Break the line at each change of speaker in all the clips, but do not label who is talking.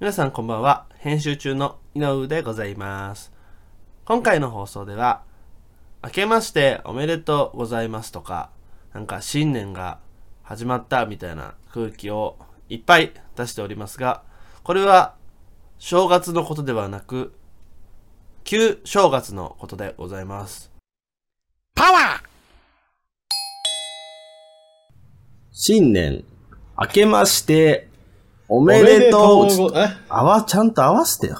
皆さんこんばんは編集中の井上でございます今回の放送では「明けましておめでとうございます」とかなんか新年が始まったみたいな空気をいっぱい出しておりますがこれは正月のことではなく旧正月のことでございます
パワー
新年明けましてお
お
めでとうちょっと
え
あわちゃんと合わせてよ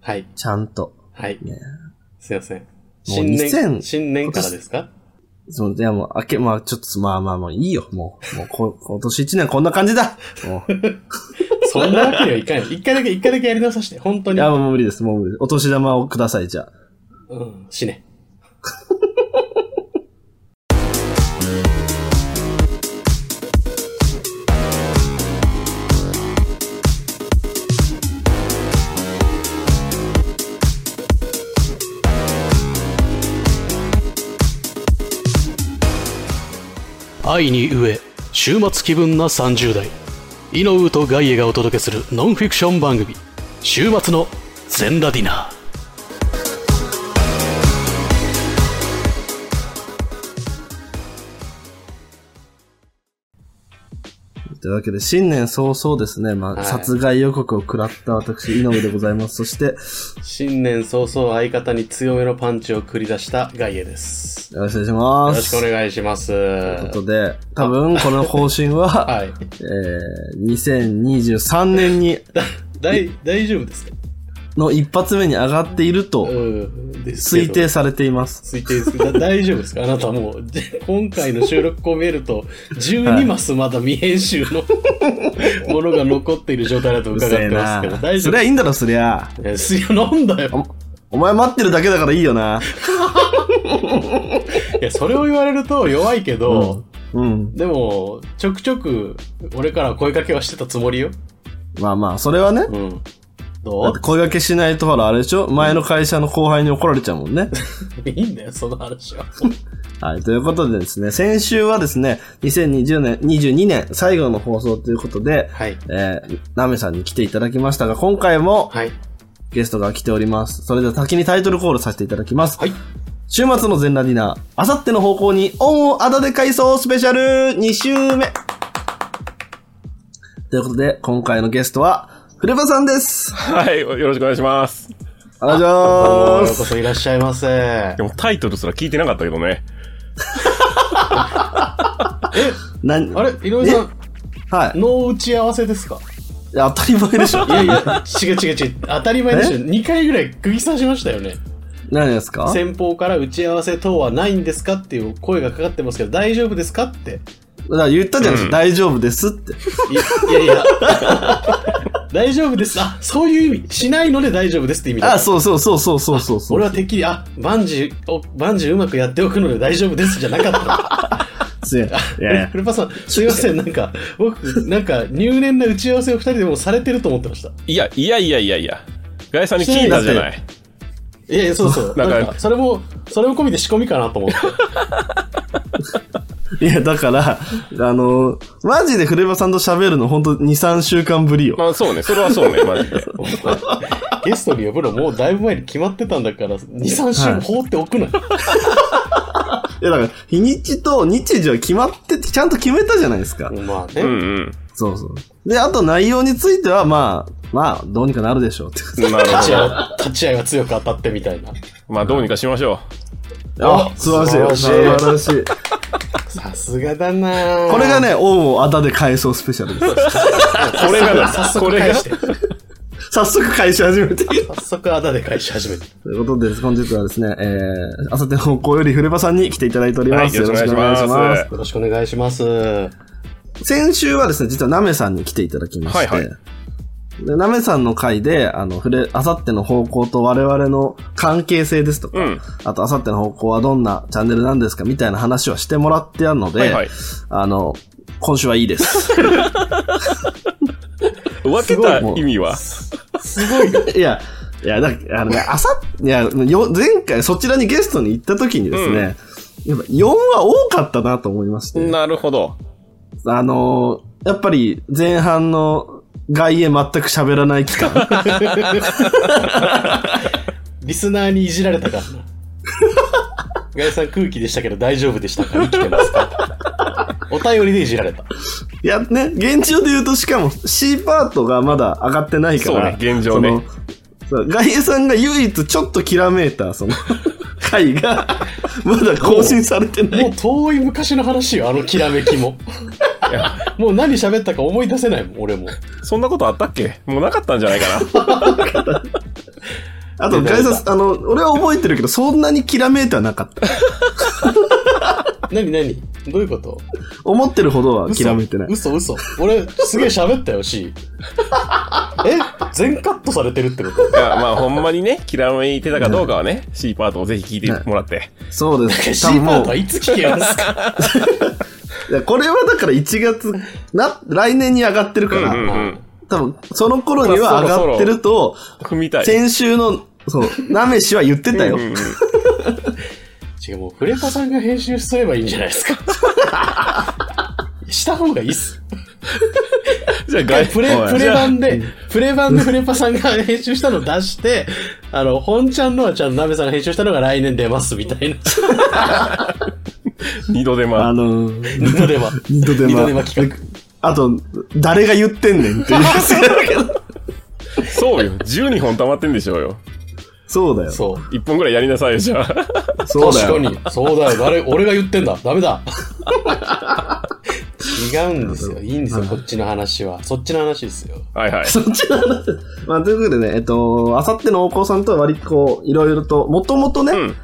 はい、
ちゃんと
はい
ね。
すいません。
もう
新
2000
年、新年からですか
そう、いやもう、明け、まあ、ちょっと、まあまあ、もういいよ。もう、もうこ、 今年一年こんな感じだもう。い
そんなわけにはいかない。一回だけ、一回だけやり直させて、本当に。
や、もう無理です。もう無理ですお年玉をください、じゃあ。
うん、死ね。
愛に飢え週末気分な30代イノウとガイエがお届けするノンフィクション番組「週末の全ラディナー」
というわけで、新年早々ですね、まあ、
はい
殺害予告を食らった私、井上でございます。そして、
新年早々相方に強めのパンチを繰り出したガイエです。
よろしくお願いしま
よろし
す。
くお願いします。
という
は
ことで、多分、この方針 は、
い。
えー、2023年に、
だい、大丈夫ですか
の一発目に上がっていると、
うん。ですけ
推
ど
定されています。
推定ですけどだ大丈夫ですかあなたもう、 じ今回の収録を見ると、12マスまだ未編集 のものが残っている状態だと
う
伺っ
るせ
て
えな
ますけど、大。
そ
丈夫
りゃ
で
いいんだろ、そりゃ。
すいや、なんだよ。
お前待ってるだけだからいいよな。
いや、それを言われると弱いけど、
うん。
でも、ちょくちょく、俺から声かけはしてたつもりよ。
まあまあ、それはね。
うん。
だ
ど
って声掛けしないとほら、あれでしょ前の会社の後輩に怒られちゃうも んね。
ういいんだよ、その話は。
はい。ということでですね、先週はですね、2020年、22年最後の放送ということで、
はい。
えー、ナメさんに来ていただきましたが、今回も
はい。
ゲストが来ております。それでは先にタイトルコールさせていただきます。
はい。
週末の全ラディナー、あさっての方向に恩をあだで回想スペシャル2週目ということで、今回のゲストは、フレバさんです。
はい、よろしくお願いします。
お願いし
おー
ま
ようこ
す。
そいらっしゃいませ。え
で、もタイトルすら聞いてなかったけどね。
何
あれ井上さん、
はい。
の打ち合わせですか
いや当たり前でしょ
い。やいや、違う違う違う。当たり前でしょ。2回ぐらい釘刺しましたよね。
何ですか
先方から打ち合わせ等はないんですかっていう声がかかってますけど、大丈夫ですかって。
だから言ったじゃないですか。大丈夫ですって。
いいやい や。大丈夫です。あ、そういう意味。しないので大丈夫ですって意味だ。
あ、そうそうそうそうそうそうそう。
俺はてっきり、あ、万事、お万事うまくやっておくので大丈夫ですじゃなかった
すいません いやい
の。
や
フルパさん、すいません。なんか、僕、なんか、入念な打ち合わせを二人でもうされてると思ってました。
いや、いやいやいやいや。ガイさんに聞いたじゃない。
いやいや、そうそう。
な
なんん
か
か、それも、それも込みで仕込みかなと思って。
いや、だから、あの、マジでフレバさんと喋るのほんと2、3週間ぶりよ。
まあそうね、それはそうね、マジ で。
ゲストに呼ぶのもうだいぶ前に決まってたんだから、2、3週
はい
も放っておくのよ。
いや、だから、日にちと日時は決まってて、ちゃんと決めたじゃないですか。
まあね。
うんうん。
そうそう。で、あと内容については、まあ、まあ、どうにかなるでしょうって。
なる
立
ほ
ち合い
ど。
は、立ち合いは強く当たってみたいな。
まあどうにかしましょ
あ、素晴らしい。素
素晴らしい
晴らしい。
さすがだな
これが、ね、恩をあだで返そうスペシャルです。
う。これが
早
な、こ
速
れ
返
が
し。て。
早速返し始めて。
早速あだで返し始めて。
ということで、本日はですね、えー、あさての方向よりフレバさんに来ていただいております。
はいよろしくお願いし
よろしくお
ます
願いし
よろしくお願いします。は
ます先週はですね、実はナメさんに来ていただきまして、
はいはい
でナメさんの回で、あの、フレ、あさっての方向と我々の関係性ですとか、
うん
あとあさっての方向はどんなチャンネルなんですかみたいな話はしてもらってあるので、
はいはい。
あの、今週はいいです。
分けた意味は。
いや、いや、だあのね、あさいや、よ、前回そちらにゲストに行った時にですね、やっぱ4は多かったなと思いまして、
なるほど。
あのーやっぱり前半の外へ全く喋らない期 間。
リスナーにいじられたからな。ガイさん空気でしたけど大丈夫でしたか生きてますかお便りでいじられた。
いや、ね、現状で言うと、しかも C パートがまだ上がってないから。
そうね現状ね
その。そう外衛さんが唯一ちょっときらめいた、その、回が、 まだ更新されてな
もう
い。
遠い昔の話よ、あのきらめきも。もう何喋ったか思い出せないもん、俺も。
そんなことあったっけもうなかったんじゃないかな。
あと、外衛さん、あの、俺は覚えてるけど、そんなにきらめいてはなかった。
何何どういうこと
思ってるほどはきらめいてない。
嘘嘘。俺、すげえ喋ったよ、し。え全カットされてるってこと
いや、まあほんまにね、きらめいてたかどうかはね、C パートをぜひ聞いてもらって。
そうです。
シ
多分
ーパ
も
ートは
う
いつ聞けま すか
いや、これはだから1月、な、来年に上がってるから、
うんうん。
多分、その頃には上がってると、
踏みたい。
先週の、そう、なめしは言ってたよ
う。んうん
違う、もうフレパさんが編集すればいいんじゃないですか。した方がいいっす。
じゃあ
一回
外
プレ、プレ
じゃあ
版で、プレ版でフレパさんが編集したの出して、あの、本ちゃんのはちゃんとナベさんが編集したのが来年出ますみたいな。
二度手
あ
間。
のー、
二度では。
二度手間
二度では企画。
あと、誰が言ってんねんっていうやつだけど。
そうよ。12本溜まってんでしょうよ。
そうだよ。
そう。
1本ぐらいやりなさいよ、じゃあ。
そうだよ。
確かに。そうだよ。誰、俺が言ってんだ。ダメだ。違うんですよ。いいんですよ。こっちの話は。そっちの話ですよ。
はいはい。
そっちの話。まあ、ということでね、えっと、あさっての大久保さんとは割とこう、いろいろと、もともとね、
うん。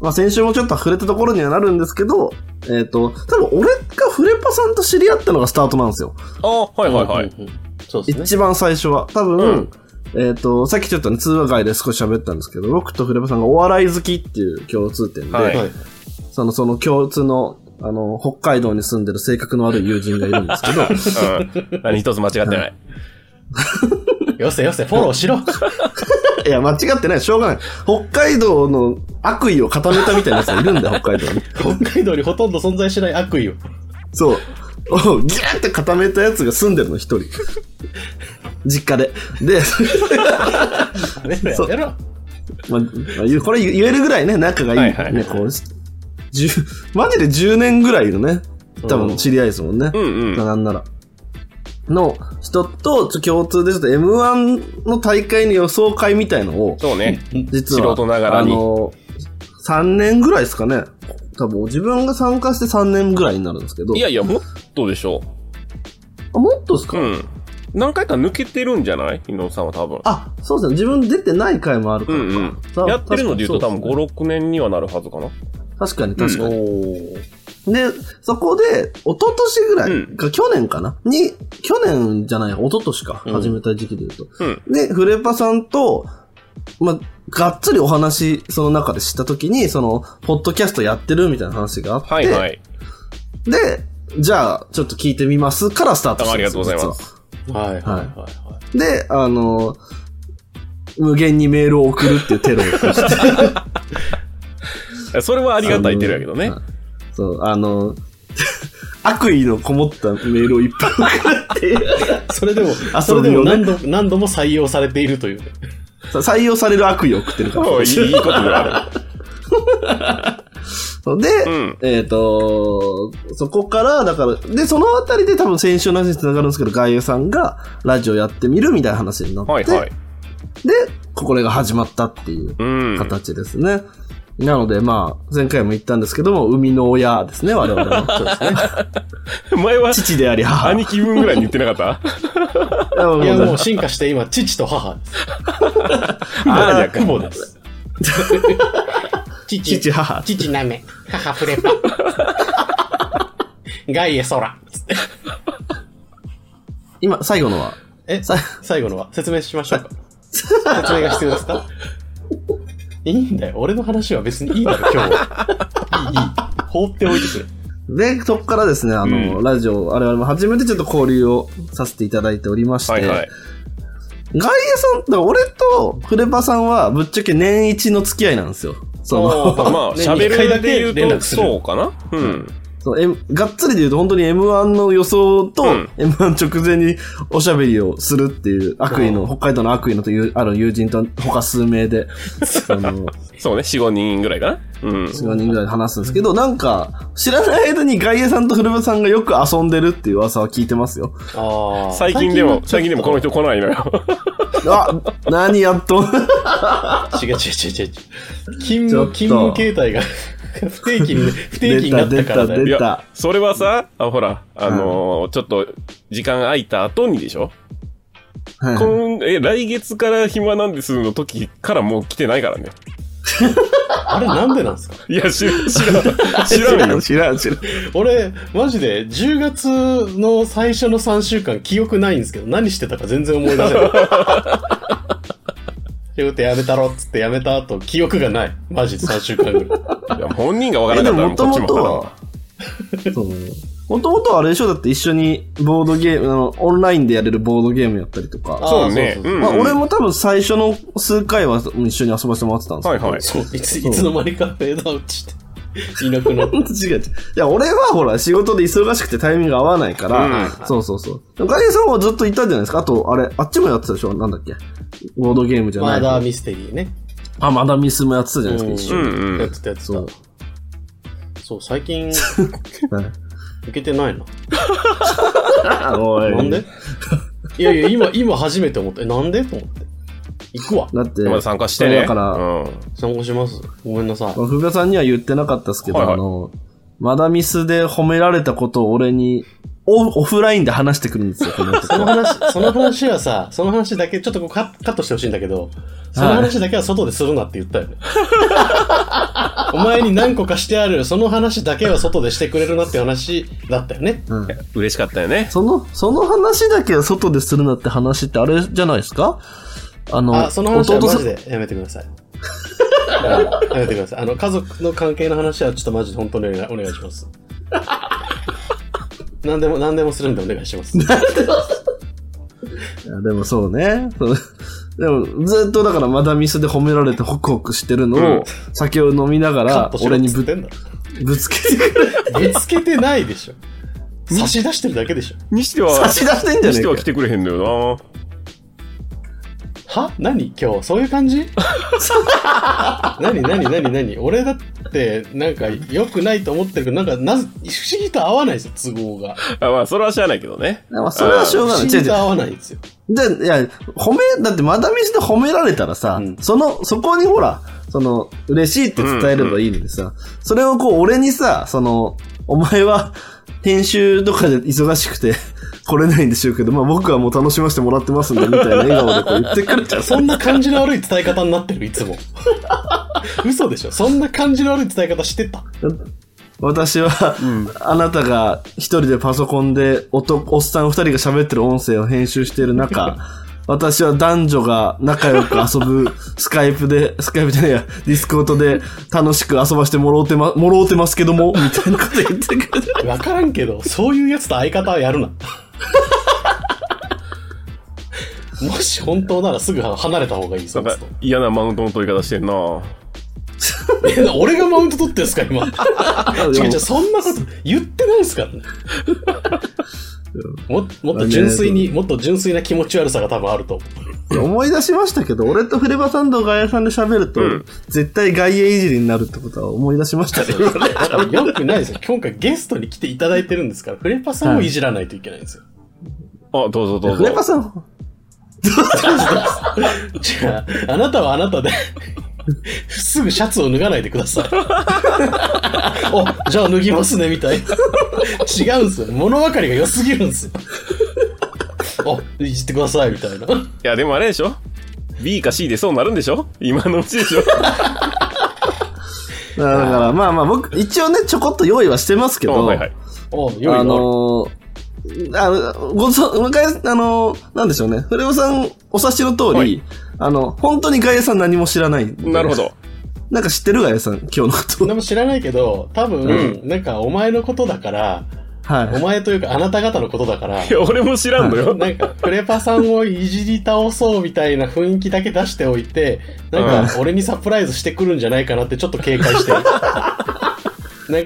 まあ、先週もちょっと触れたところにはなるんですけど、えっと、多分俺がフレパさんと知り合ったのがスタートなんですよ。
あはいはいはい。
うんうんうん。そうですね。
一番最初は。多分、
うん
えっ、と、さっきちょっとね、通話会で少し喋ったんですけど、僕とフレパさんがお笑い好きっていう共通点で、
はい
はい。
その、その共通の、あの、北海道に住んでる性格の悪い友人がいるんです けど、
うん。何一つ間違ってない。
よせよせ、フォローしろ。
いや、間違ってない。しょうがない。北海道の悪意を固めたみたいなやつがいるんだよ、北海道に。
北海道にほとんど存在しない悪意を。
そう。 をギューって固めたやつが住んでるの、一人。実家で。で、
やめろやめろ。
まあ、まあ言うこれ言えるぐらいね、仲がいい。
はいはい
ね、こう、十マジで10年ぐらいのね、多分知り合いですもんね。
うんうん
まあなんなら。の人とちょ共通で、ちょっと M1 の大会の予想会みたいのを、
そうね。
実は、
素人ながらに
あの、3年ぐらいですかね。多分、自分が参加して3年ぐらいになるんですけど。
いやいや、もっとでしょ
あもっとですか、
う。うん。何回か抜けてるんじゃない井上さんは多分。
あ、そうですね。自分出てない回もあるか
う
ら。
んう
さ
ん。やってるので言うと多分
確かに
5、6年にはなるはずかな。
確かに確かに。
おー
で、そこで、一昨年ぐらいか、去年かなに、去年じゃない、一昨年か、
うん
始めた時期で言うと。
うん。
で、フレパさんと、ま、がっつりお話、その中で知った時に、その、ポッドキャストやってるみたいな話があって、
はいはい。
で、じゃあ、ちょっと聞いてみますからスタートしたんですよ
ありがとうござ
実
いま
は
はいはいはいは
で、あの、無限にメールを送るっていうテロを起こして。
それ はありがたいてるやけどね
あの。。はいそう、あの、悪意のこもったメールをいっぱい送るっていう。
い。 それでも、
あ
それでも
そう
何度何度も採用されているというね。
さ採用される悪意を送ってるから。
そういいいいことではある。
で、
うん
えっ、と、そこから、だから、で、そのあたりで多分先週の話に繋がるんですけど、外遊さんがラジオやってみるみたいな話になって、
はいは
で、
い。
ここれが始まったっていう
うん。
形ですね。なので、まあ、前回も言ったんですけども、生みの親ですね、我々 の。
前は
父であり母。
兄貴分ぐらいに言ってなかっ
いやもう
いやもう進化して今、父と母 です。ああ、雲です。父、
父母
父なめ、母フ レパ。ガイエ空。
今、最後のは、
え、
さ
最後のは説明しましょうか。説明が必要で すかいいんだよ。俺の話は別にいいだろ、今日 は。いい、いい。放っておいてくれ。
で、そこからですね、あの、ラジオ、我々も初めてちょっと交流をさせていただいておりまして、
た。はいはい。
ガイエさん、だから俺とフレパさんはぶっちゃけ年一の付き合いなんですよ。その、
おー
まあ、
ね
喋
一回だ
る
け
で
連
言う
絡
と、
する
そうかなうん。
その M、がっつりで言うと本当に M1 の予想と、
うん
M1 直前におしゃべりをするっていう、悪意の、北海道の悪意のという、ある友人と他数名 で、あの、
そうね、4、5人ぐらいかな。うん。
4人ぐらいで話すんですけど、なんか、知らない間に外野さんと古部さんがよく遊んでるっていう噂は聞いてますよ。
ああ。
最近でも、最近でもこの
人。
人来ないのよ。
あ、何やっと ん。
違う違う違う違う。勤
ちょっと
務、勤務形態が不定期に、不定
出
期に
た
なっ
出
たか
た
らだよ。
い
出
や
た。、
それはさ、あほら、あのーちょっと、時間空いた後にでしょ、
はい
今え、来月から暇なんですの時からもう来てないからね。
あれなんでなんですか
いや、知らん、知らん、知らん よ。
知らん知らん。
俺、マジで10月の最初の3週間記憶ないんですけど、何してたか全然思い出せ ない。仕事やめたろっつってやめた後、記憶がない。マジで3週間ぐらい。
いや本人がわか
え、で
らなかった
も
ら
も
もうことっち
もとは、
もわか
そうもともとはあれでしょだって一緒にボードゲーム、あの、オンラインでやれるボードゲームやったりとか。
ら ない。そうね。
あーそうそうそう
うん
まあ、俺も多分最初の数回は一緒に遊ばせてもらってたんです
は
け
い
ど。
はい。
そう、いつ、いつの間にかフェードアウトして、いなくな った。
本当違う違う。いや、俺はほら、仕事で忙しくてタイミングが合わないから、
う
そうそうそう。でもガリさんはずっといたんじゃないですかあと、あれ、あっちもやってたでしょなんだっけボードゲームじゃな
マ
い。
ダーミステリーね。
あ、マダミスもやってたじゃないですか、
うん
一緒に。
うん
や。ってたやつ
そう
だ。そう、最近、
はい
受けてない な。
あおい
なんでいやいや、今、今初めて思った。え、なんでと思って。行くわ。
だって、
まだ参加してね。
だから
うん。
参加します。ごめんなさい。
ふがさんには言ってなかったですけど、
はいはい
あの、マダミスで褒められたことを俺に、オオフラインで話してくるんですよ、この
そ の
男
話、その話はさ、その話だけ、ちょっとこうカッカットしてほしいんだけど、その話だけは外でするなって言った よね。お前に何個かしてある、その話だけは外でしてくれるなって話だったよね。
うん
嬉しかったよね。
その、その話だけは外でするなって話ってあれじゃないですかあの、
あ、その話は
弟
マ
さ
ジ
ん、
でやめてください。 はいやめてください。あの、家族の関係の話はちょっとマジで本当にお願いお願いし ます。何でも、何でもするんでお願いします。
いやでもそうね。そのでも、ずっとだからマダミスで褒められてホクホクしてる
う
の
ん
を、酒を飲みなが
カッ
ら
ト、しろ
俺
っ
に
つって
ぶ
んだろ。
ぶ つけてくる。
ぶつけてないでしょ。差し出してるだけでしょ。
にして
差、
は
し出してんじゃ
に
ね
し
え
て
か
は来てくれへんのよ
は何今日そういう 感じ何何何何俺だってなんか良くないと思ってるけどなんかなぜ不思議と合わないですよ都合が
な。あまあ、それは知らないけどね。
まあ、それはしょ
不
うがな
思
い。
議
違う違う
と合わないんですよ
じゃあ、いや、褒め、だってマダミスで褒められたらさ、
うん
その、そこにほら、その、嬉しいって伝えればいいのにさ、それをこう、俺にさ、その、お前は、編集とかで忙しくて来れないんでしょうけど、まあ僕はもう楽しませてもらってますんで、みたいな笑顔でこう言ってくれちゃう
そんな感じの悪い伝え方になってるい つも嘘でしょそんな感じの悪い伝え方してた
私は、あなたが一人でパソコンでおと、おっさん二人が喋ってる音声を編集している 中、私は男女が仲良く遊ぶスカイプで、スカイプじゃないや、ディスコードで楽しく遊ばしてもろうてま、もろうてますけども、みたいなこと言ってくれ て。
分からんけどそういうやつと相方はや るなもし本当ならすぐ離れた方がいいそ
ないん
つ
か
と、
嫌なマウントの取り方してんな。
え俺がマウント取ってるんですか今違う違う、そんなこと言ってないですからね。ももっと純粋に、もっと純粋な気持ち悪さが多分あると思
思い出しましたけど、俺とフレバさんとガイエさんで喋ると、
うん
絶対ガイエいじりになるってことは思い出しました ね。
う。だからよくないですよ。今回ゲストに来ていただいてるんですから、フレパさんをいじらないといけないんですよ。
あ、どうぞどう
フレバ
ぞ。
さん、
じゃ あ、あなたはあなたで、すぐシャツを脱がないでくだ さい。お、じゃあ脱ぎますね、みたいな。違うんですよ。物分かりが良すぎるんですよ。お、いじってください、みたいな。
いや、でもあれでしょ ?B か C でそうなるんでしょ今のうちでしょ
だからまあまあ僕、一応ね、ちょこっと用意はしてますけ
あ
ど、
はいはい。
お、よい
あ
の。
のー、あの、ごそ、向井あのー、なんでしょうね。フレオさん、お察しの通り、
はい
あの、本当にガイエさん何も知らない。
なるほ。ど。
なんか知ってるガイエさん、今日のこ
でも知らないけど、多分、なんかお前のことだから、
と。は
お
い。
前というかあなた方のことだから
い、や、俺も知らんのよ。
なんか、クレパさんをいじり倒そうみたいな雰囲気だけ出しておいて、なんか、俺にサプライズしてくるんじゃないかなってちょっと警戒してる。なん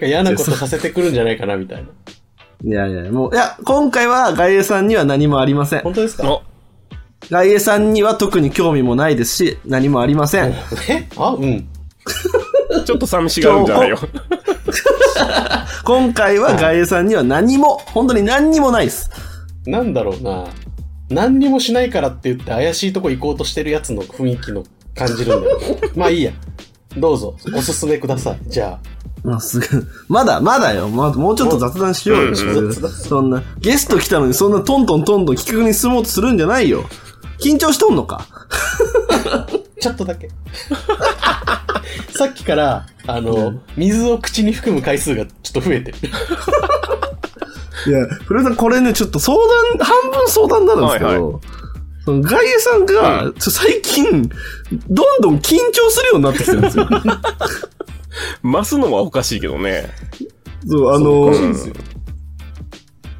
か嫌なことさせてくるんじゃないかなみたいな。
いやいや、もう、いや、今回は外衛さんには何もありません。
本当ですか
お、
外衛さんには特に興味もないですし、何もありません。
えあ、うん。
ちょっと寂しがるんじゃないよ。
今回は外衛さんには何も、本当に何にもないです。
なんだろうな。何にもしないからって言って怪しいとこ行こうとしてるやつの雰囲気の感じるんだ よ。まあいいや。どうぞ、おすすめください。じゃあ。
まあ、すぐ、 まだ、まだよ。まだ、もうちょっと雑談しようよ。そんな、ゲスト来たのにそんなトントントントン企画に進もうとするんじゃないよ。緊張しとんのか
ちょっとだけ。さっきから、あの、水を口に含む回数がちょっと増えてる。
いや、古江さん、これね、ちょっと相談、半分相談になるんですけど、
はい
その外衛さんが、ちょ最近、どんどん緊張するようになってきてるんです よ。
増すのはおかしいけどね。
そう、あの、
うん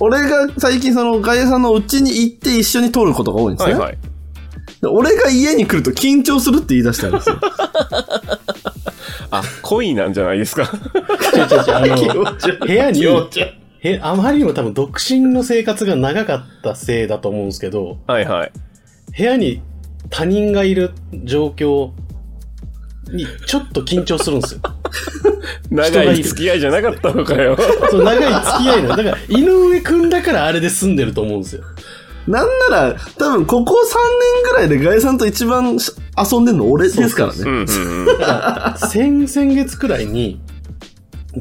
俺が最近、その、外衛さんの家に行って一緒に撮ることが多いんです
は
ね。
いはい。
で俺が家に来ると緊張するって言い出したんですよ。
あ、恋なんじゃないですか。
違う違う違うあの、部屋に、へあまりにも多分独身の生活が長かったせいだと思うんですけど、
はいはい。
部屋に他人がいる状況にちょっと緊張するんです よ。
長い付き合いじゃなかったのかよ。
そう長い付き合いの。だから、井上くんだからあれで住んでると思うんですよ。
なんなら、多分、ここ3年ぐらいで外衛さんと一番し遊んでるの俺ですからね。
うんうんうん。
先、先月くらいに、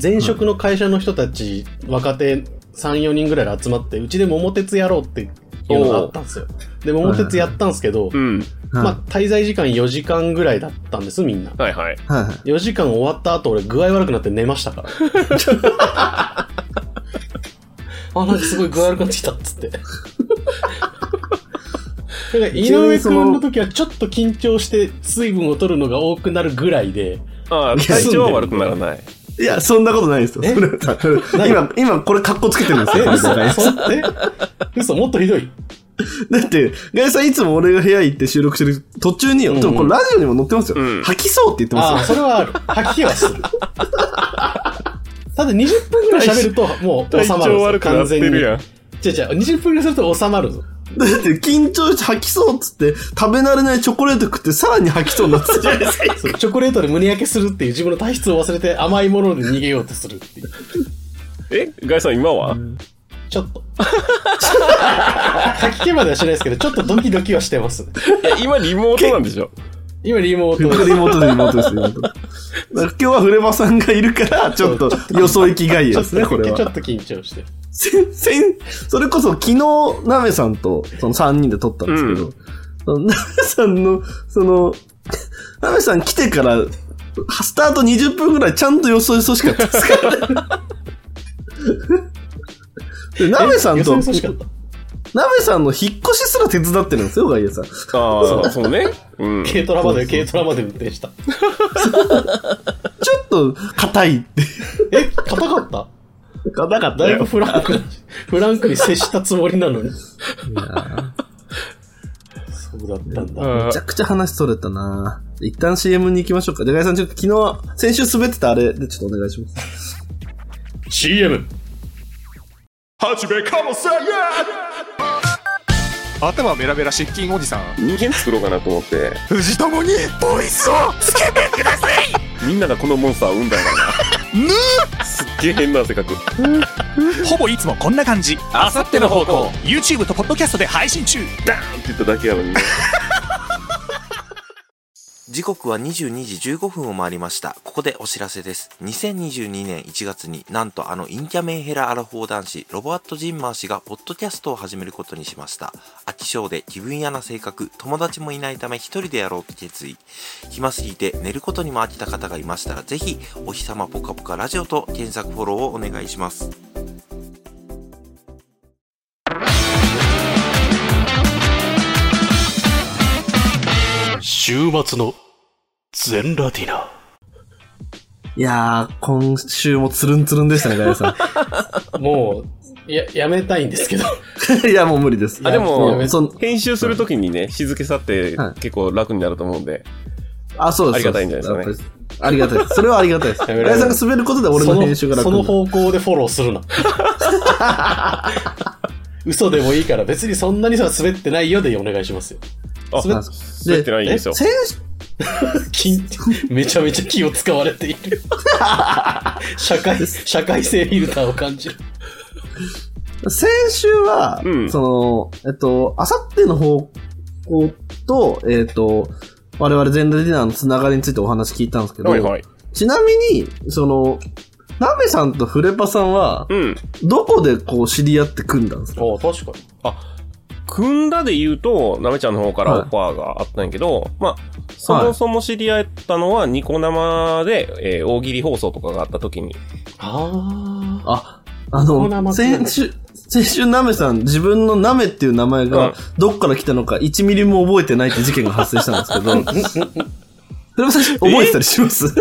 前職の会社の人たち、若手3、4人ぐらいが集まって、うちで桃鉄やろうっていうのがあったんですよ。で、桃鉄やったんですけど
う、ん。
まあ、滞在時間4時間ぐらいだったんです、みんな。
はいはい。
はいはい。
4時間終わった後、俺具合悪くなって寝ましたから。 あ、なんかすごい具合悪くなってきたっつ って。だから井上くんの時はちょっと緊張して水分を取るのが多くなるぐらいで、
ああ、体調は悪くならない。
いや、そんなことないですよ。
え
古田さん 今、今これ格好つけてるんです
え、
よ。
嘘
だっ
そえ嘘もっとひどい。
て、ガイさんいつも俺が部屋行って収録してる途中によ、
うん
でもこれラジオにも載ってますよ。
うん
吐きそうって言って
あ
ま
あ、
す
それはある。吐き気はする。ただ20分ぐらい喋るともう
体
収まるんです
調
よ。
悪くなってるや
違う
ん。
違う、20分ぐらいすると収まるぞ。
よ。だって緊張して吐きそうっつって、食べ慣れないチョコレート食ってさらに吐きそうになってたじゃないですか。
そうチョコレートで胸焼けするっていう自分の体質を忘れて甘いもので逃げようとするっていう。
えガイさん今は
ちょっと。吐き気まではしないですけど、ちょっとドキドキはしてます。
いや今リモートなんでしょ
今リモート
こ
で
れリモートでリモートです、リモート。だから今日はフレバさんがいるから、ちょっとよそ行きがいいですすね、これ
ちょ
は。
っと緊張して。
せ、せん、それこそ昨日、なめさんと、その3人で撮ったんですけど、そのなめさんの、その、なめさん来てから、スタート20分ぐらいちゃんとよそよそしかったですからね。でなめさん
え
と、
よ
な
そよそしかった
めさんの引っ越しすら手伝ってるんですよ、ガイエさん。
ああ、そうね。うん。
軽トラまで、軽トラまで運転した。
ちょっと、硬いって。
え、硬かった
硬かった
だいぶ
よ。
フラン クな、フランクに接したつもりなのに。そうだったんだ。
あ
めちゃくちゃ話それたな一旦 CM に行きましょうか。で、ガイエさん、ちょっと昨日、先週滑ってたあれでちょっとお願いします。
CM!
頭ベラベラ失禁おじさん
人間作ろうかなと思って、
藤友にボイスをつけてください
みんながこのモンスターを産んだんだな。すっげえ変な性格。
ほぼいつもこんな感じ
あさっての方向
YouTube とポッドキャストで配信中
ダーンって言っただけやのに。
時刻は22時15分を回りました。ここでお知らせです。2022年1月になんとあのインキャメンヘラアラフォー男子、ロボアット・ジンマー氏がポッドキャストを始めることにしました。飽き性で気分屋な性格、友達もいないため一人でやろうと決意。暇すぎて寝ることにも飽きた方がいましたら、ぜひ、お日様ぽかぽかラジオと検索フォローをお願いします。
週末の全ラティナ
いやー、今週もつるんつるんでしたね、ガヤさ
もう、や、やめたいんですけど。
ん。いや、もう無理です。
あでも
うんそん
編集するときにね、静けさって
はい
結構楽になると思うので。
あ、そうです。
ありがたいんじゃないです
か
かね
ね。ありがたいです。それはありがたいです。
めろ
ガイさんが滑ることで俺
そ
の
の
編集が楽
そ
にな
の
る
方向でフォローするな。 嘘でもいいから、別にそんなにさ、滑ってないよでお願いしますよ。
あ、
滑っ
滑ってないんですよ。
先
金めちゃめちゃ気を使われている。社会、社会性フィルターを感じる。
先週は、
うん
その、えっと、あさっての方向と、えっと、我々全裸ディナーのつながりについてお話聞いたんですけど、
はいはい。
ちなみに、その、ナメさんとフレパさんは、
うん。
どこでこう知り合って組んだんですか
あ確かに。
組んだで言うと、なめちゃんの方からオファーがあったんやけど、まあ、そもそも知り合ったのはニコ生で、えー大喜利放送とかがあった時に。
ああ。
あ、あ
そうなん
の、
ですね
先週、先週ナメさん、自分のナメっていう名前
うん
が、どっから来たのか1ミリも覚えてないって事件が発生したんですけど、 フレパさん覚えてたりします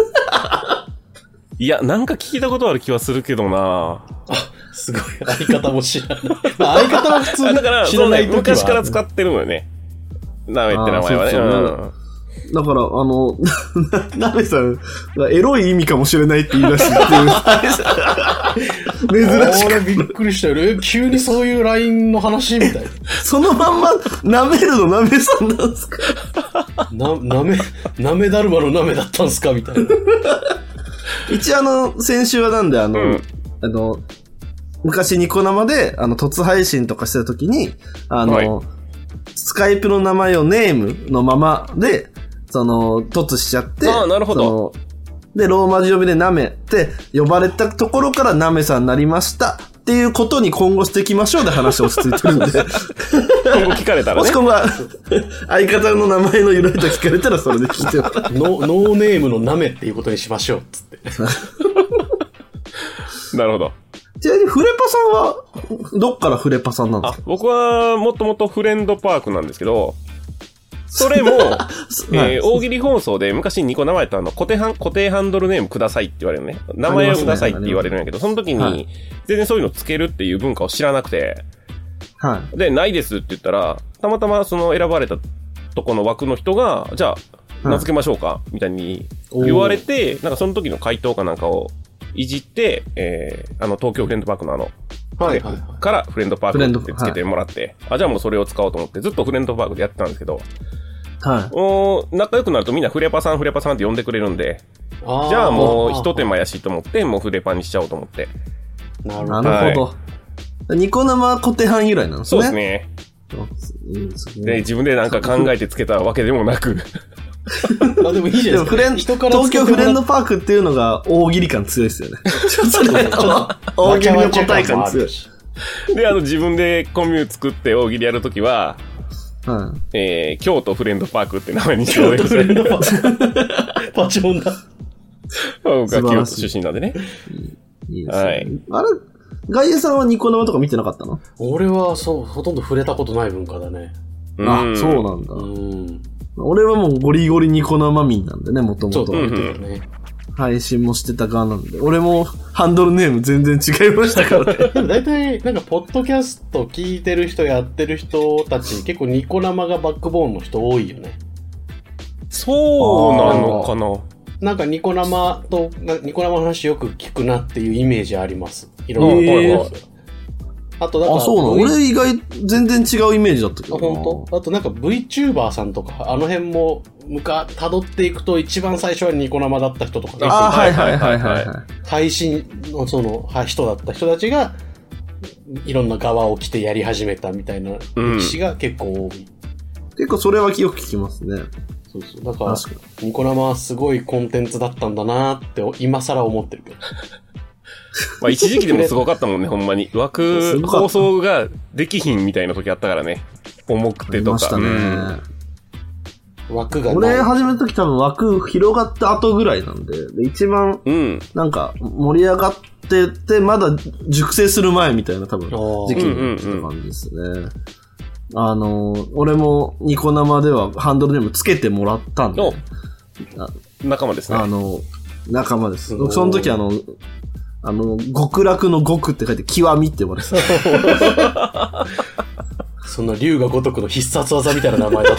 いや、なんか聞いたことある気はするけどな
すごい。相方も知らない。まあ、相方は普通
あだから、
に知らない時
そう
は。
ね昔から使ってるのよね。なめって名前は
あー
ね。
そうそう
うん
だから、あの、なべさんがエロい意味かもしれないって言い出してって いう珍し
俺びっくりしたよ。え急にそういう LINE の話みたいな。
く、そのまんま、なめるのなべさんなんですか
な、なめ、なめだるまのなめだったんすかみたいな。
一応あの、先週はなんで、あの、
うん
あの、昔ニコ生で、あの、突配信とかしてた時に、あの、
はい
スカイプの名前をネームのままで、その、突しちゃって、
あーなるほど
その。で、ローマ字読みでナメって呼ばれたところからナメさんになりましたっていうことに今後していきましょうで話落ち着いてるん で、
今後聞かれたら
も
ね
し。今後は相方の名前の由来と聞かれたらそれで聞いてもらう
ノノーネームのなめっていうことにしましょう。つって。
なるほど。
ちなみにフレパさんは、どっからフレパさんなんですか
あ、僕はもともとフレンドパークなんですけど、そ れも、えー大喜利放送で昔ニコ生やったあの、固定ハン、固定ハンドルネームくださいって言われるね。名前をくださいって言われるんやけど、その時
は
に
い、
全然そういうのつけるっていう文化を知らなくて、
はい。
で、ないですって言ったら、たまたまその選ばれたとこの枠の人が、じゃあ、
ん
名付けましょうか、みたいに言われて、なんかその時の回答かなんかをいじって、えー、あの、東京フレンドパークのあの、
はいはいは
からフレンドパー
フレン
ク
ド
ってつけてもらって、あ、じゃあもうそれを使おうと思って、ずっとフレンドパークでやってたんですけど、
は。
おー仲良くなるとみんなフレパさん、フレパさんって呼んでくれるんで、
い。
じゃあもう一手
手
間やしと思って、もうフレパにしちゃおうと思って。
ないるほ
な
ど。
るほど。ニコ生は固定版由来なんです
そう
ね。
ですね。
うん。すご
で、
い
自分でなんか考えてつけたわけでもなく、
あでもいいじゃ
で
な
も
いですか。
フレン、
人から
東京フレンドパークっていうのが大喜利感強いですよね。 ちょっとね、大喜利の答え感強い。
で、あの自分でコミュ作って大喜利やるときは、
はい。
えー、京都フレンドパークって名前にしておいてください。
ンドパーク。パチモンだ。
僕
素晴
は京
ら
都
しい
出身なんでね。
いいですね。
はい
あれ、ガイエさんはニコ生とか見てなかったの
俺はそう、ほとんど触れたことない文化だね。
あ、
ん
そうなんだ。
うん。
俺はもうゴリゴリニコ生民なんでね、もと
ち
も
ょっと
と。
見てたね。
配信もしてた側なんで。俺もハンドルネーム全然違いましたからね。
でも大体、なんか、ポッドキャスト聞いてる人、やってる人たち、結構ニコ生がバックボーンの人多いよね。
そうなのかな
なんか、ニコ生と、なニコ生の話よく聞くなっていうイメージあります。いろ
うん
んな
はい
と
は
ころ
い
で。あと、なん か、
あ、そうなの
V-
俺意外全然違うイメージだったけど
あ
な。
本当あとなんか VTuber さんとかあの辺も向か辿っていくと一番最初はニコ生だった人とかね
あ、はいはい
は
はいい
は
はいい。
は
は
配信のそのは人だった人たちがいろんな側を着てやり始めたみたいな歴史が結構多い、
い。結構それはよく聞きますね。
そうそうだから
確か
ニコ生はすごいコンテンツだったんだなって今更思ってるけど
まあ一時期でもすごかったもんね、ほんまに。枠
すごかった
放送ができひんみたいな時あったからね。重く
に。
て
い
と
まし
か。
たね。
うん
枠がない
俺始めた時多分枠広がった後ぐらいなんで、で一番
うん。
なんか盛り上がってて、まだ熟成する前みたいな多分
あー
時期に来た感じですね。あのー、俺もニコ生ではハンドルネームつけてもらったんで、
お仲間ですね
あ。の、仲間です。
おー
僕その時あの、あの、極楽の極って書いて極みって呼ばれてた。
そんな龍が如くの必殺技みたいな名前だっ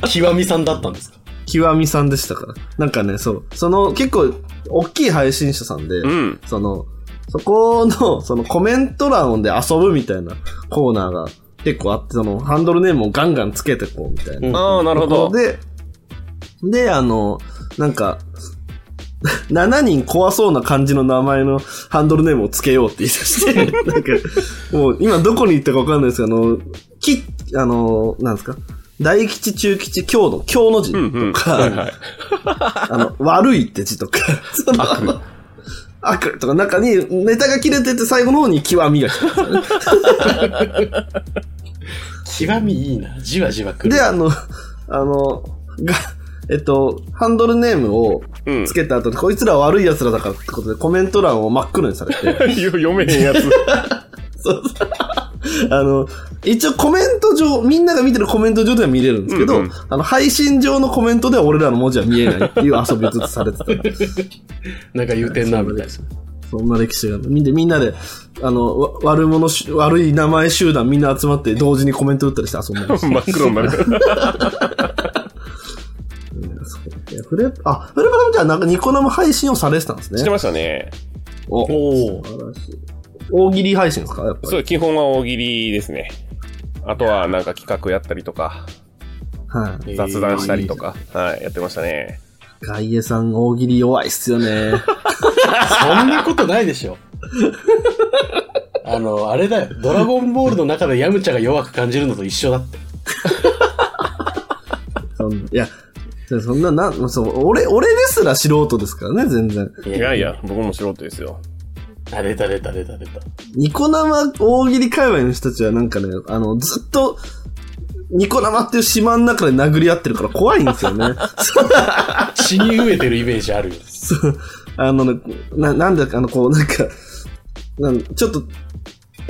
た極みさんだったんですか
極みさんでしたから。なんかね、そう。その、結構、大きい配信者さんで、
うん。
その、そこの、そのコメント欄で遊ぶみたいなコーナーが結構あって、その、ハンドルネームをガンガンつけてこうみたいな。
ああ、なるほど。
で、で、あの、なんか、7人怖そうな感じの名前のハンドルネームをつけようって言い出 して、なんか、もう今どこに行ったかわかんないですけど、あの、き、あの、なんですか大吉、中吉、京の、京の字
うんうん。
とか、
はいはい。
あの、悪いって字とか、そのあの悪とか中にネタが切れてて最後の方に極みが来た。
極みいいな。じわじわくる。
で、あの、あの、が、えっと、ハンドルネームを
うん
つ。けた後に、こいつらは悪い奴らだからってことでコメント欄を真っ黒にされて、
読めへんやつ。
あの、一応コメント上、みんなが見てるコメント上では見れるんですけど、
うんうん
あの、配信上のコメントでは俺らの文字は見えないっていう遊びをずっとされてた。
なんか言うてんな、みたいな。
そんな歴史がある。みんなみんなで、あの、わ悪者し、悪い名前集団みんな集まって同時にコメント打ったりして遊んでま した。
真っ黒になる。
そういやフレ、あ、フレパラムちゃんなんかニコ生配信をされてたんです
して
ね。
ましたね。
お
おお。
素晴らしい大喜利配信ですかやっぱ
そう、
り。
基本は大喜利ですね。あとはなんか企画やったりとか、
は
雑談したりとか、はい、やってましたね。
い。外衛さん大喜利弱いっすよね。
そんなことないでしょ。あの、あれだよ。ドラゴンボールの中でヤムチャが弱く感じるのと一緒だって。
そんいや、そんな、な、そう、俺、俺ですら素人ですからね、全然。
いやいや、僕も素人ですよ。
あれだれだれだれだ。
ニコ生大喜利界隈の人たちはなんかね、あの、ずっと、ニコ生っていう島の中で殴り合ってるから怖いんですよね。
死に飢えてるイメージあるよ。
そう。あのね、な、なんだか、あの、こう、なんか、なんちょっと、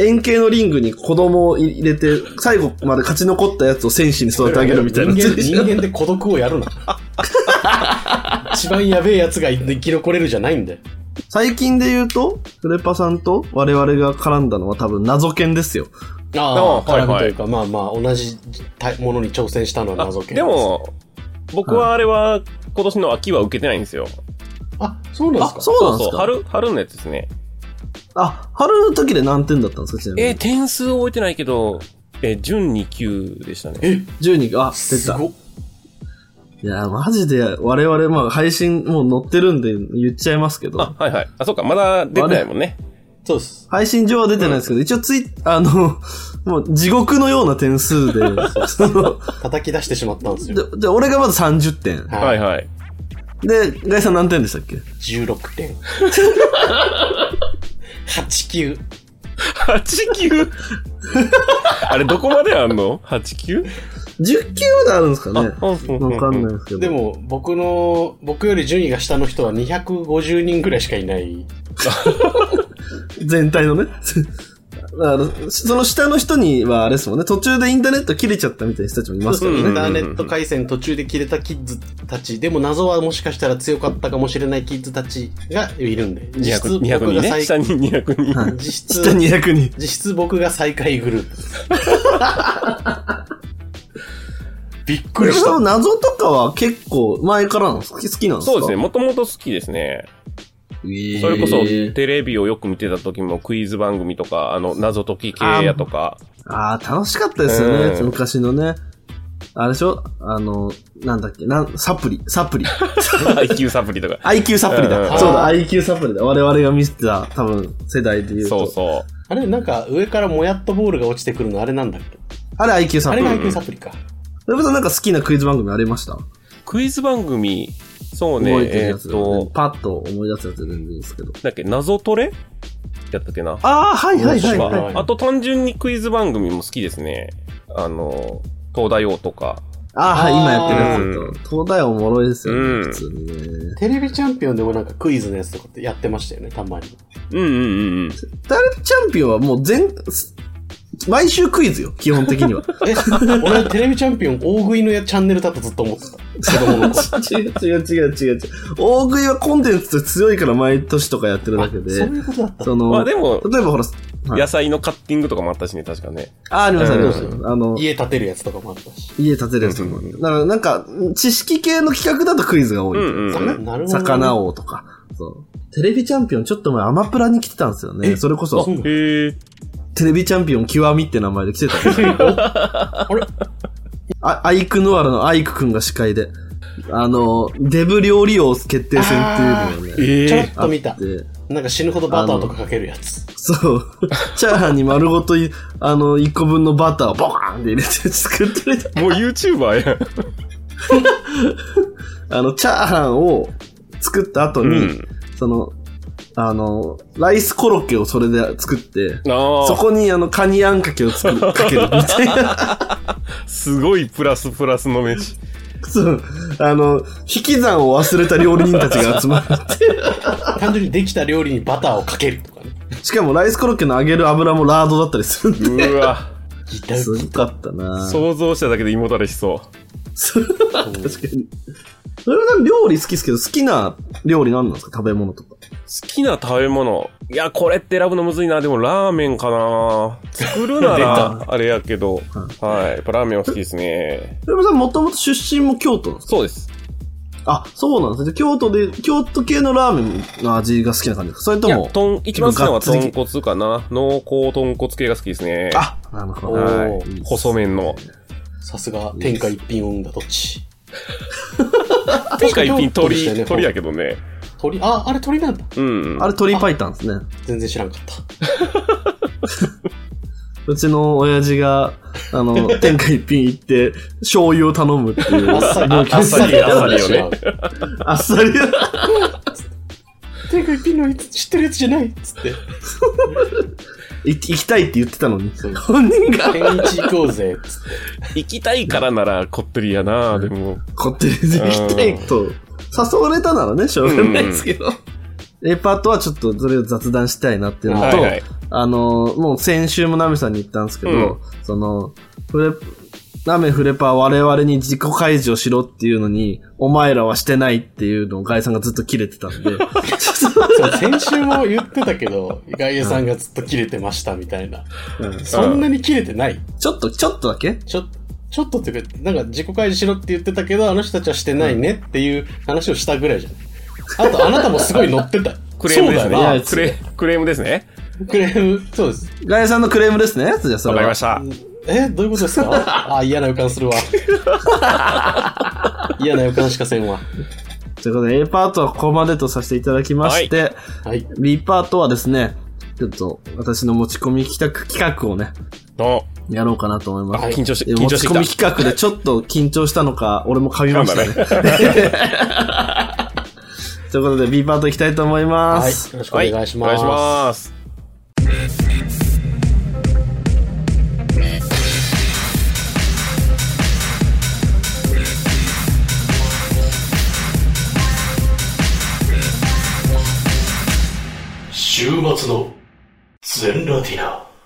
円形のリングに子供を入れて、最後まで勝ち残ったやつを戦士に育てあげるみたいな。
人間人間で孤独をやるな。一番やべえやつが生き残れるじゃないんだよ。
最近で言うと、フレパさんと我々が絡んだのは多分謎犬ですよ。
ああ、
ああはい
絡む
はい
というか、まあまあ、同じたものに挑戦したのは
あ
謎系
で、も、僕はあれは今年の秋は受けてないんですよ。
あ、そうなんですか
あそうなんですか
そうそう、春、春のやつですね。
あ、春の時で何点だったんですかちなみ
えー、
に。
点数覚えてないけど、えー、準2級でしたね。
12、あ、出
す
た。
ごっ
いや、マジで、我々、まあ、配信もう載ってるんで言っちゃいますけど
あ、、はいはい。あ、そうか、まだ出てないもんね。
そうです。
配信上は出てないですけど、一応ツイあの、もう地獄のような点数で、 その
叩き出してしまったんですよ。
で、で俺がまず30点。
は
はい
はい。
で、ガイさん何点でしたっけ
16点。8級。
8級 あれ、どこまであんの ?8 級
?10 級まであるんですかね
あうんうんうん
わかんないですけど。
で、も、僕の、僕より順位が下の人は250人ぐらいしかいない。
全体のね。 だからその下の人にはあれですもんね、途中でインターネット切れちゃったみたいな人たちもいますから
ん
イ
ね。
ンターネット回線途中で切れたキッズたち、でも謎はもしかしたら強かったかもしれないキッズたちがいるんで。実質
200 200
僕
人
が
ね。
最
下 に200人。
はい
実質
下200人。
実質僕が最下位グループ。 びっくりし
その
た。
謎とかは結構前からなんですか好きなんですか
そうですね。もともと好きですね。
ね
それこそ、テレビをよく見てた時も、クイズ番組とか、あの、謎解き系やとか。
ああ、楽しかったですよね、
うん
昔のね。あれでしょあの、なんだっけ、なん、サプリ、サプリ。
IQ サプリとか。
IQ サプリだ。
うん
そうだ、IQ サプリだ。我々が見てた、多分、世代で言うと。
そうそ
あれなんか上からもやっとボールが落ちてくるのあれなんだっけ
あれ IQ サ
あ
プ
れ
リ。
が IQ サプリか。
それこそなんか好きなクイズ番組ありました
う。クイズ番組、そうね
覚え、てる
え
や
ー
つ、
っと、
パッと思い出すやつで全然いいですけど。
だっけ、謎トレやったっけな。
ああ、はいはいはい、
ま
はい。
ああと単純にクイズ番組も好きですね。あの、東大王とか。
ああ、はい、今やってる
う
やつだと。東大おもろいですよね、
うん
普通にね。
テレビチャンピオンでもなんかクイズのやつとかってやってましたよね、たまに。
うんうんうんうん。
誰チャンピオンはもう全、毎週クイズよ、基本的には。
え、 俺テレビチャンピオン大食いのやチャンネルだとずっと思ってた。子供の頃。
違う違う違う違う違う。大食いはコンテンツとして強いから毎年とかやってるだけ
そう
で、
いうことだった。
その、
まあ
例
でも、
えばほら、はい
野菜のカッティングとかもあったしね、確かね。
あ、ありますあります
う。
あの、
家建てるやつとかもあったし。
家建てるやつとかもだからなんか、知識系の企画だとクイズが多い。
うんうん
なるほどね
魚王とか。そう。テレビチャンピオン、ちょっと前アマプラに来てたんですよね。それこそ、
へえ。
テレビチャンピオン極みって名前で来てたんですよ。あ
れ
あアイクノアラのアイクくんが司会で、あの、デブ料理王決定戦っていうのをね、
ちょっ
あ
と見た
っ。て、
なんか死ぬほどバターとかかけるやつ。
そう。 チャーハンに丸ごとい、あの、1個分のバターをボカーンって入れて作ってる。
もう YouTuber やん。
あの、チャーハンを作った後に、
うん
その、あの、ライスコロッケをそれで作って、
あ
そ
あ、
こにあの、カニあんかけを作る、かけるみたい な。
すごいプラスプラスの飯。
そう。あの、引き算を忘れた料理人たちが集ま って。
単純にできた料理にバターをかけるとかね。
しかもライスコロッケの揚げる油もラードだったりするんで。
うわ。
ギタ
す
ー。
ごかったな
想像しただけで胃もたれしそ
そう。確かに。それはなんか料理好きですけど、好きな料理何なんですか食べ物とか。
う。好きな食べ物。いや、これって選ぶのむずいな。でもラーメンかな。作るな
出
ら、あれやけど。はい。やっぱラーメンは好きですね。
それもさん、もともと出身も京都なんですか
そうです。
あ、そうなんですね。京都で、京都系のラーメンの味が好きな感じですかそれと
いや、
も。
とん、一番好きなのは
結構がっつ
豚
り
骨かな。濃厚豚骨系が好きですね。
あ、なるほど。
は
おー
い。細麺の。
さすが天下一品を生んだどっち。
天下一品
でしたよ
鳥、
ね
鳥やけどね。
鳥、あ、あれ鳥なんだ。
うん。
あれ鳥パイタンですね。
全然知らんかった。
うちの親父が、あの、天下一品行って、醤油を頼むっていう。
あっさり、あ
っさりあっさりよね
あっさり。
天下一品の知ってるやつじゃないっつって。
い行きたいって言ってたのに
そう。
本人が、
天一行こうぜっつって。
行きたいからならこってりやな、でも。
こってりで行きたいと、誘われたならね、しょうがないですけど。A パートはちょっとそれを雑談したいなっていうのと、
はいはい。
あの、もう先週もナメさんに言ったんですけど、その、フレ、ナメフレパー我々に自己開示をしろっていうのに、お前らはしてないっていうのをガイさんがずっと切れてたん で、
そう先週も言ってたけど、外野さんがずっと切れてましたみたいな。
うん
そんなに切れてない
ちょっと、ちょっとだけ
ちょ、ちょっとっていうか、なんか自己開示しろって言ってたけど、あの人たちはしてないねっていう話をしたぐらいじゃない。あと、あなたもすごい乗ってた。
クレームです
そうだ
ね
よ。
クレクレームですね。
な。クレーム、そうです。
ガイさんのクレームですねじゃあそ
わ
れ
かり
は
ました。
え、どういうことですかあ、嫌な予感するわ。嫌な予感しかせんわ。
ということで A パートはここまでとさせていただきまして、
はい。
B パートはですね、ちょっと私の持ち込み企画企画をね、
お
やろうかなと思います。
緊張し、
で
緊
持
張し
ち
てき
込
た
み。企画でちょっと緊張したのか、俺も噛みましたね。 ということで B パートいきたいと思いま
はい。よ
す。
ろしくお
は
願
い。
いします。
お願いします。
週末の全ラティナ